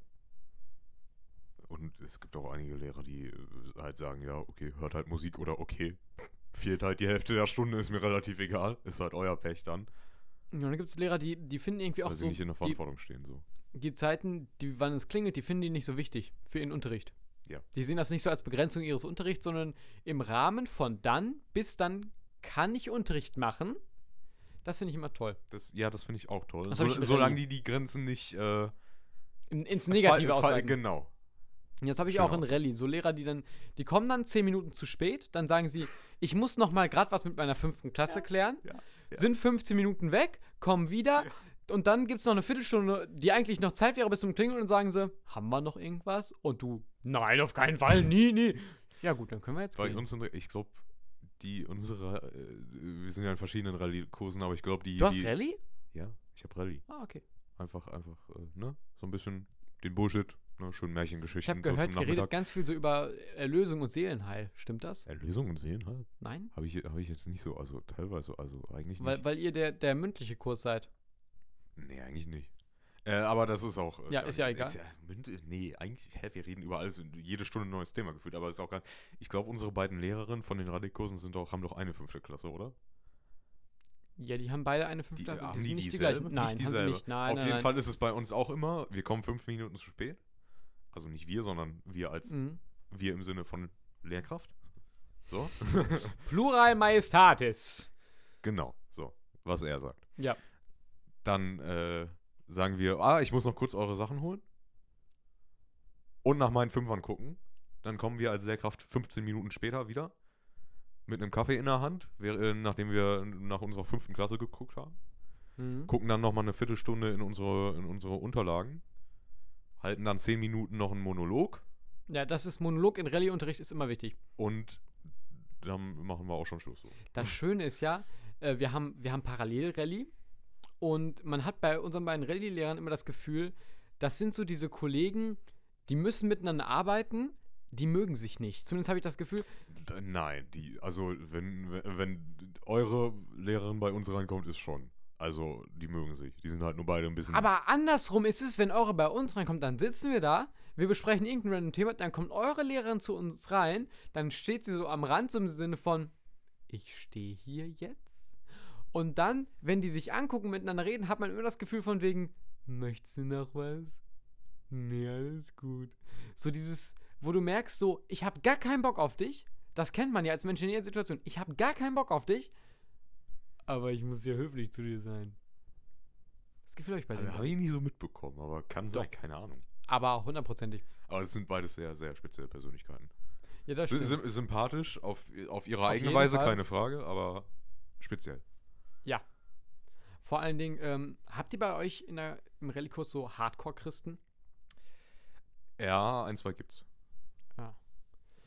und es gibt auch einige Lehrer, die äh, halt sagen, ja, okay, hört halt Musik oder okay, fehlt halt die Hälfte der Stunde, ist mir relativ egal. Ist halt euer Pech dann, Und dann gibt es Lehrer, die, die finden irgendwie auch weil sie so, Also nicht in der die, Verantwortung stehen. So. die Zeiten, die, wann es klingelt, die finden die nicht so wichtig für ihren Unterricht. Ja. Die sehen das nicht so als Begrenzung ihres Unterrichts, sondern im Rahmen von dann bis dann kann ich Unterricht machen. Das finde ich immer toll. Das, ja, das finde ich auch toll. Das So, hab ich mit solange Ellie. die die Grenzen nicht äh, In, ins fall- Negative fall- ausweiten. Genau. Und Jetzt habe ich Schöne auch in Auswahl. Rallye so Lehrer, die dann, die kommen dann zehn Minuten zu spät, dann sagen sie, ich muss noch mal gerade was mit meiner fünften Klasse klären, ja, ja. sind 15 Minuten weg, kommen wieder und dann gibt es noch eine Viertelstunde, die eigentlich noch Zeit wäre bis zum Klingeln und sagen sie, haben wir noch irgendwas? Und du, nein, auf keinen Fall, nie, nie. Ja gut, dann können wir jetzt Bei gehen. uns sind, ich glaube, die unsere, äh, wir sind ja in verschiedenen Rallye-Kursen, aber ich glaube, die. Du hast die, Rallye? Ja, ich habe Rallye. Ah, okay. Einfach, einfach, äh, ne? So ein bisschen den Bullshit, ne? Schön Ich Märchengeschichten habe so gehört, zum ihr redet Nachmittag. ganz viel so über Erlösung und Seelenheil. Stimmt das? Erlösung und Sehen, halt. Nein? Habe ich, hab ich jetzt nicht so, also teilweise, also eigentlich nicht. Weil, weil ihr der, der mündliche Kurs seid. Nee, eigentlich nicht. Äh, aber das ist auch. äh, Ja, ist ja egal. münd- nee, eigentlich, hä, wir reden über alles, und jede Stunde ein neues Thema gefühlt, aber ist auch gar Ich glaube, unsere beiden Lehrerinnen von den Radikkursen sind doch, haben doch eine fünfte Klasse, oder? Ja, die haben beide eine Die- fünfte Klasse und haben die die sind nicht die dieselbe? gleichen. Nicht Nein, haben dieselbe. sie nicht. Nein, Auf nein, jeden nein. Fall ist es bei uns auch immer, wir kommen fünf Minuten zu spät. Also nicht wir, sondern wir als Mhm. wir im Sinne von Lehrkraft. So. Plural Majestatis. Genau, so, was er sagt. Ja. Dann äh, sagen wir, ah, ich muss noch kurz eure Sachen holen und nach meinen Fünfern gucken. Dann kommen wir als Lehrkraft 15 Minuten später wieder mit einem Kaffee in der Hand, wer- äh, nachdem wir nach unserer fünften Klasse geguckt haben. Mhm. Gucken dann nochmal eine Viertelstunde in unsere, in unsere Unterlagen, halten dann 10 Minuten noch einen Monolog Ja, das ist Monolog in Rallye-Unterricht ist immer wichtig. und dann machen wir auch schon Schluss. So. Das Schöne ist ja, äh, wir haben, wir haben Parallel-Rallye und man hat bei unseren beiden Rallye-Lehrern immer das Gefühl, das sind so diese Kollegen, die müssen miteinander arbeiten, die mögen sich nicht. Zumindest habe ich das Gefühl, D- Nein, die, also wenn, wenn wenn eure Lehrerin bei uns reinkommt, ist schon. Also die mögen sich. Die sind halt nur beide ein bisschen. Aber andersrum ist es, wenn eure bei uns reinkommt, dann sitzen wir da, wir besprechen irgendein random Thema, dann kommt eure Lehrerin zu uns rein, dann steht sie so am Rand so im Sinne von, ich stehe hier jetzt. Und dann, wenn die sich angucken, miteinander reden, hat man immer das Gefühl von wegen, möchtest du noch was? Nee, alles gut. So dieses, wo du merkst, so, ich habe gar keinen Bock auf dich. Das kennt man ja als Mensch in jeder Situation. Ich habe gar keinen Bock auf dich. Aber ich muss ja höflich zu dir sein. Das Gefühl habe ich bei denen. habe Also, ich nie so mitbekommen, aber kann sein, Doch. keine Ahnung. Aber hundertprozentig. Aber das sind beides sehr, sehr spezielle Persönlichkeiten. Ja, das Sy- stimmt. sym- sympathisch, auf, auf ihre Auf eigene jeden Weise, Fall. keine Frage, aber speziell. Vor allen Dingen, ähm, habt ihr bei euch in der, im Rallye-Kurs so Hardcore-Christen? Ja, ein, zwei gibt's. Ah.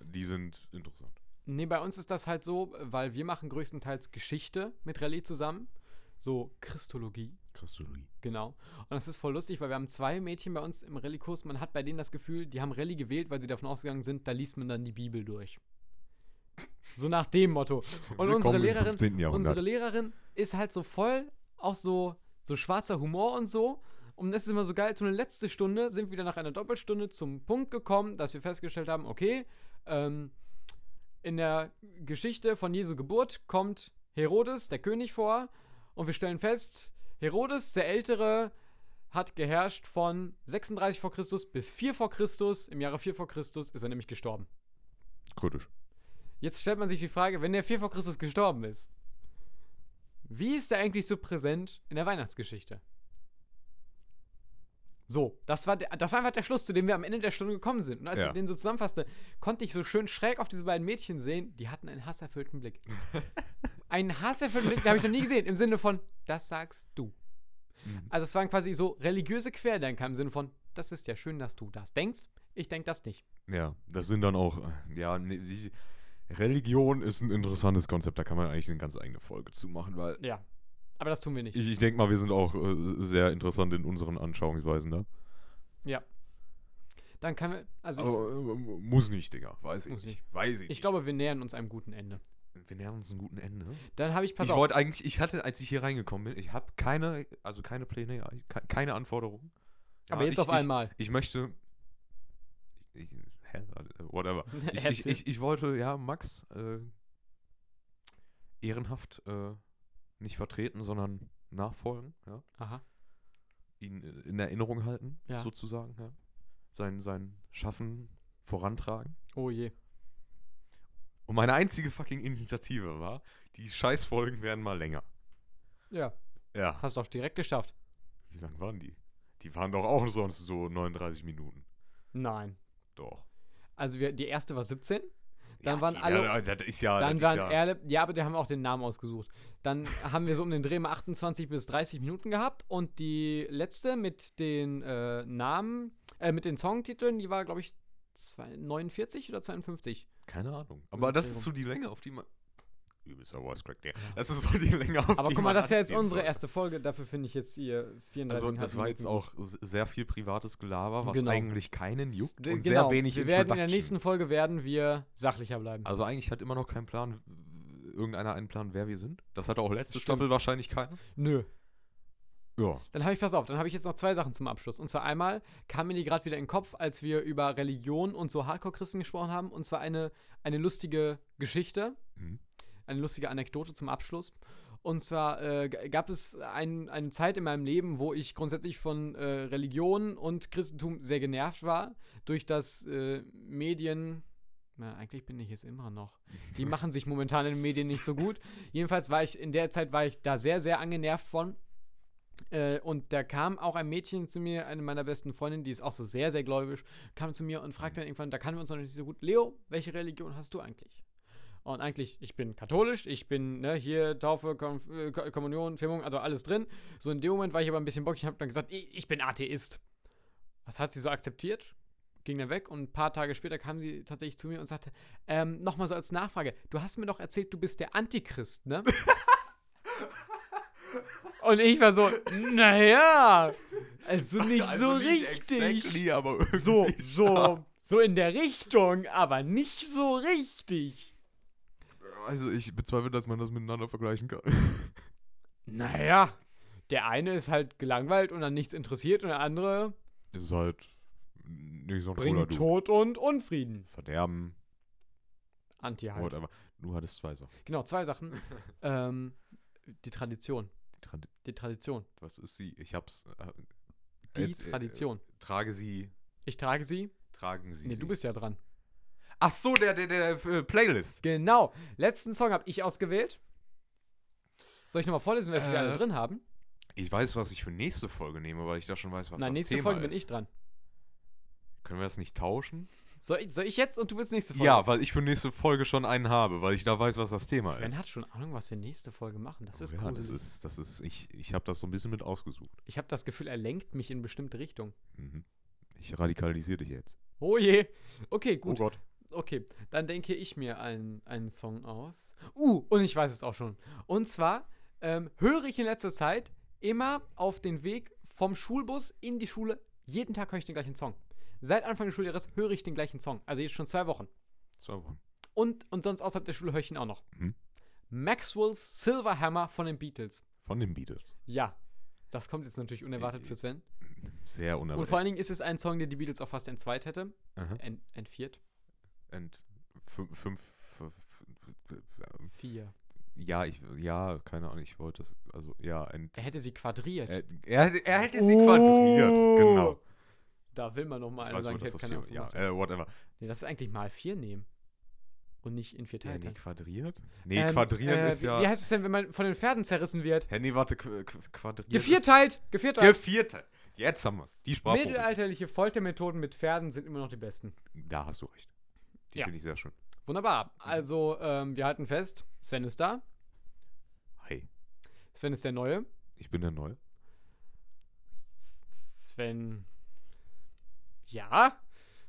Die sind interessant. Nee, bei uns ist das halt so, weil wir machen größtenteils Geschichte mit Rallye zusammen. So Christologie, Christologie. genau. Und das ist voll lustig, weil wir haben zwei Mädchen bei uns im Rallye-Kurs. Man hat bei denen das Gefühl, die haben Rallye gewählt, weil sie davon ausgegangen sind, da liest man dann die Bibel durch. So nach dem Motto. Und unsere Lehrerin, Unsere Lehrerin ist halt so voll auch so, so schwarzer Humor und so. Und das ist immer so geil. So eine letzte Stunde sind wir dann nach einer Doppelstunde zum Punkt gekommen, dass wir festgestellt haben, okay, ähm, in der Geschichte von Jesu Geburt kommt Herodes, der König, vor. Und wir stellen fest, Herodes, der Ältere, hat geherrscht von 36 vor Christus bis 4 vor Christus. Im Jahre 4 vor Christus ist er nämlich gestorben. Kritisch. Jetzt stellt man sich die Frage, wenn der 4 vor Christus gestorben ist, wie ist er eigentlich so präsent in der Weihnachtsgeschichte? So, das war, der, das war einfach der Schluss, zu dem wir am Ende der Stunde gekommen sind. Und als Ja. ich den so zusammenfasste, konnte ich so schön schräg auf diese beiden Mädchen sehen, die hatten einen hasserfüllten Blick. einen hasserfüllten Blick, den habe ich noch nie gesehen, im Sinne von, das sagst du. Mhm. Also es waren quasi so religiöse Querdenker im Sinne von, das ist ja schön, dass du das denkst, ich denk das nicht. Ja, das sind dann auch, äh, ja, ne, die, Religion ist ein interessantes Konzept, da kann man eigentlich eine ganz eigene Folge zu machen, weil Ja, aber das tun wir nicht. ich, ich denke mal, wir sind auch äh, sehr interessant in unseren Anschauungsweisen da. Dann kann wir, also ich- Aber äh, muss nicht, Digga, weiß ich Muss nicht. Weiß ich, Ich nicht. glaube, wir nähern uns einem guten Ende. wir nähern uns einem guten Ende. ne? Dann habe ich, pass ich auf, wollte eigentlich, ich hatte, als ich hier reingekommen bin, ich habe keine, also keine Pläne, ke- keine Anforderungen. Ja, aber jetzt ich, auf ich, einmal. Ich möchte. Ich, ich, hä? Whatever. Ich, ich, Erzähl. ich, ich wollte, ja, Max äh, ehrenhaft äh, nicht vertreten, sondern nachfolgen, ja. Aha. Ihn äh, in Erinnerung halten, Ja. sozusagen, ja. Sein, sein Schaffen vorantragen. Oh je. Und meine einzige fucking Initiative war, die Scheißfolgen werden mal länger. Ja, Ja. hast du auch direkt geschafft. Wie lang waren die? Die waren doch auch sonst so 39 Minuten. Nein. Doch. Also wir, die erste war 17, Dann ja, waren die, alle- Da, da, das ist ja. dann das waren ist ja, Erle, ja, aber die haben auch den Namen ausgesucht. Dann haben wir so um den Dreh mal 28 bis 30 Minuten gehabt und die letzte mit den äh, Namen, äh, mit den Songtiteln, die war, glaube ich, zwei- 49 oder 52. Keine Ahnung. Aber Im das Dreh ist so die Länge, auf die man. übelster Voice Crack, der. Das ist so die Länge, auf Aber die guck mal, man das ist ja jetzt anziehen unsere sollte. erste Folge. Dafür finde ich jetzt ihr 34 Also das war jetzt auch s- sehr viel privates Gelaber, was Genau. eigentlich keinen juckt genau. und sehr wenig wir werden In der Introduction. nächsten Folge werden wir sachlicher bleiben. Also eigentlich hat immer noch kein Plan, w- irgendeiner einen Plan, wer wir sind. Das hatte auch letzte Stimmt. Staffel wahrscheinlich keiner. Nö. Ja. Dann habe ich, pass auf, dann habe ich jetzt noch zwei Sachen zum Abschluss. Und zwar einmal kam mir die gerade wieder in den Kopf, als wir über Religion und so Hardcore-Christen gesprochen haben. Und zwar eine, eine lustige Geschichte, Mhm. eine lustige Anekdote zum Abschluss. Und zwar äh, g- gab es ein, eine Zeit in meinem Leben, wo ich grundsätzlich von äh, Religion und Christentum sehr genervt war. Durch das äh, Medien. Na, eigentlich bin ich es immer noch. Die machen sich momentan in den Medien nicht so gut. Jedenfalls war ich, in der Zeit war ich da sehr, sehr angenervt von. Äh, und da kam auch ein Mädchen zu mir, eine meiner besten Freundinnen, die ist auch so sehr, sehr gläubig, kam zu mir und fragte dann irgendwann, da kannten wir uns noch nicht so gut, Leo, welche Religion hast du eigentlich? Und eigentlich, ich bin katholisch, ich bin ne, hier Taufe, Konf äh, Ko- Kommunion, Firmung, also alles drin. So in dem Moment war ich aber ein bisschen bockig und habe dann gesagt, ich, ich bin Atheist. Das hat sie so akzeptiert, ging dann weg und ein paar Tage später kam sie tatsächlich zu mir und sagte, ähm, nochmal so als Nachfrage, du hast mir doch erzählt, du bist der Antichrist, ne? und ich war so, naja, also nicht so richtig. Exactly, aber irgendwie. So, so, so in der Richtung, aber nicht so richtig. Also ich bezweifle, dass man das miteinander vergleichen kann. Naja, der eine ist halt gelangweilt und an nichts interessiert und der andere Das ist halt nicht so ein cooler bringt Du. Tod und Unfrieden. Verderben, Anti halt. whatever. Du hattest zwei Sachen. Genau, zwei Sachen. ähm, die Tradition. Die Tradi- Die Tradition. Was ist sie? Ich hab's. Äh, Die jetzt, äh, Tradition. Äh, trage sie. Ich trage sie. Tragen sie. Nee, sie. du bist ja dran. Ach so, der, der, der äh, Playlist. Genau. Letzten Song habe ich ausgewählt. Soll ich nochmal vorlesen, welche wir Äh, alle drin haben? Ich weiß, was ich für nächste Folge nehme, weil ich da schon weiß, was Nein, das nächste Thema Folge ist. bin ich dran. Können wir das nicht tauschen? Soll ich, soll ich jetzt und du willst nächste Folge? Ja, weil ich für nächste Folge schon einen habe, weil ich da weiß, was das Thema Sven ist. Oh hat schon Ahnung, was wir nächste Folge machen. Das ist ja, cool. das ist, das ist, ich, ich habe das so ein bisschen mit ausgesucht. Ich habe das Gefühl, er lenkt mich in bestimmte Richtung. Mhm. Ich radikalisiere dich jetzt. Oh je. Okay, gut. Oh Gott. Okay, dann denke ich mir einen, einen Song aus. Uh, und ich weiß es auch schon. Und zwar ähm, höre ich in letzter Zeit immer auf den Weg vom Schulbus in die Schule, jeden Tag höre ich den gleichen Song. Seit Anfang des Schuljahres höre ich den gleichen Song. Also jetzt schon zwei Wochen. Zwei Wochen. Und, und sonst außerhalb der Schule höre ich ihn auch noch. Mhm. Maxwell's Silverhammer von den Beatles. Von den Beatles. Ja, das kommt jetzt natürlich unerwartet Äh, für Sven. Sehr und vor unerwartet. allen Dingen ist es ein Song, der die Beatles auch fast entweit hätte. Aha. Ent, entviert. Und fünf, fünf, fünf, fünf, ähm, Vier. ja, ich, ja, keine Ahnung, ich wollte das, also, ja, und, Er hätte sie quadriert. Oh. er, Äh, er, hätte- er hätte sie quadriert, genau. Da will man noch mal Ich einen weiß sagen, nur, ich dass hätte das keine vier, Ahnung. ja, Ja, äh, whatever. nee, das ist eigentlich mal vier nehmen. Und nicht in vier Ja, Teile. nee, teilen. quadriert? Nee, Ähm, quadriert äh, ist wie- ja, Wie heißt es denn, wenn man von den Pferden zerrissen wird? Handy, warte, qu- qu- quadriert ist, Gevierteilt! Gevierteilt! Gevierte. Jetzt haben wir's. Die Sprache. Mittelalterliche Foltermethoden mit Pferden sind immer noch die besten. Da hast du recht. Die Ja. finde ich sehr schön. Wunderbar. Also, ähm, wir halten fest: Sven ist da. Hi, Sven ist der Neue. ich bin der Neue. Sven. Ja,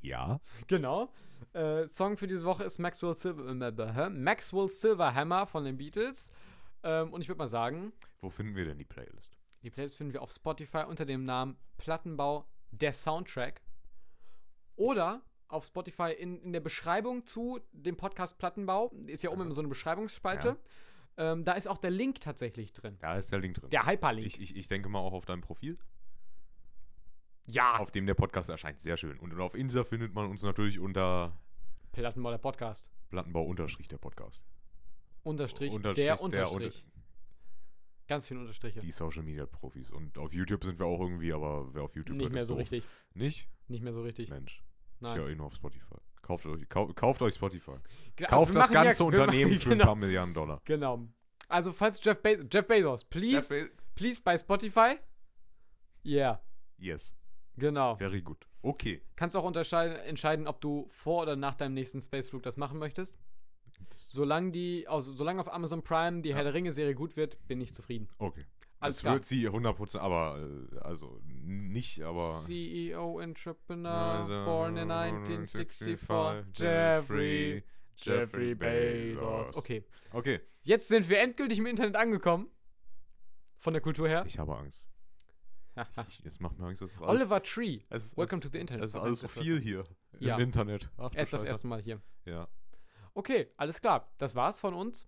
Ja. genau. Äh, Song für diese Woche ist Maxwell, Silver, äh, Maxwell Silverhammer von den Beatles. Ähm, und ich würde mal sagen, Wo finden wir denn die Playlist? Die Playlist finden wir auf Spotify unter dem Namen Plattenbau der Soundtrack. Oder auf Spotify in, in der Beschreibung zu dem Podcast Plattenbau. Ist ja oben Aha. immer so eine Beschreibungsspalte. Ähm, da ist auch der Link tatsächlich drin. Da ist der Link drin. Der Hyperlink. Ich, ich, ich denke mal auch auf deinem Profil, ja, auf dem der Podcast erscheint. Sehr schön. Und auf Insta findet man uns natürlich unter Plattenbau der Podcast. Plattenbau unterstrich der Podcast. Unterstrich, Unterstrich, der der Unterstrich. Ganz viele Unterstriche. Die Social Media Profis. Und auf YouTube sind wir auch irgendwie, aber wer auf YouTube Nicht hört, mehr ist so doof. richtig. Nicht? Nicht mehr so richtig. Mensch. Ich höre Nein. eh nur auf Spotify. Kauft euch, kau- kauft euch Spotify. Genau, also Kauft wir das machen ja- ganze wir machen- Unternehmen für ein genau, paar Milliarden Dollar. Genau. Also, falls Jeff, Be Jeff Bezos, please, please bei Spotify. Yeah, Yes. genau. Very good. Okay. Kannst auch unterscheiden, entscheiden, ob du vor oder nach deinem nächsten Spaceflug das machen möchtest. Solange die, also, solange auf Amazon Prime die Herr der Ringe-Serie gut wird, bin ich zufrieden. Okay. Alles das klar. wird sie 100%, aber, äh, also, n- nicht, aber. E CEO Entrepreneur, born in 1965, Jeffrey Jeffrey Bezos. Okay, Okay, jetzt sind wir endgültig im Internet angekommen. Von der Kultur her. ich habe Angst. Ich, jetzt macht mir Angst, dass es alles- Ah. Oliver Tree. es, es, Welcome to the Internet. Es ist alles so viel hier Ja. im Internet. Ach, du Er ist das Scheiße. erste Mal hier. Ja. Okay, alles klar. Das war's von uns.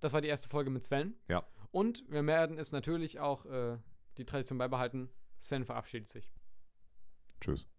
Das war die erste Folge mit Sven. Ja. Und wir werden es natürlich auch äh, die Tradition beibehalten. Sven verabschiedet sich. Tschüss.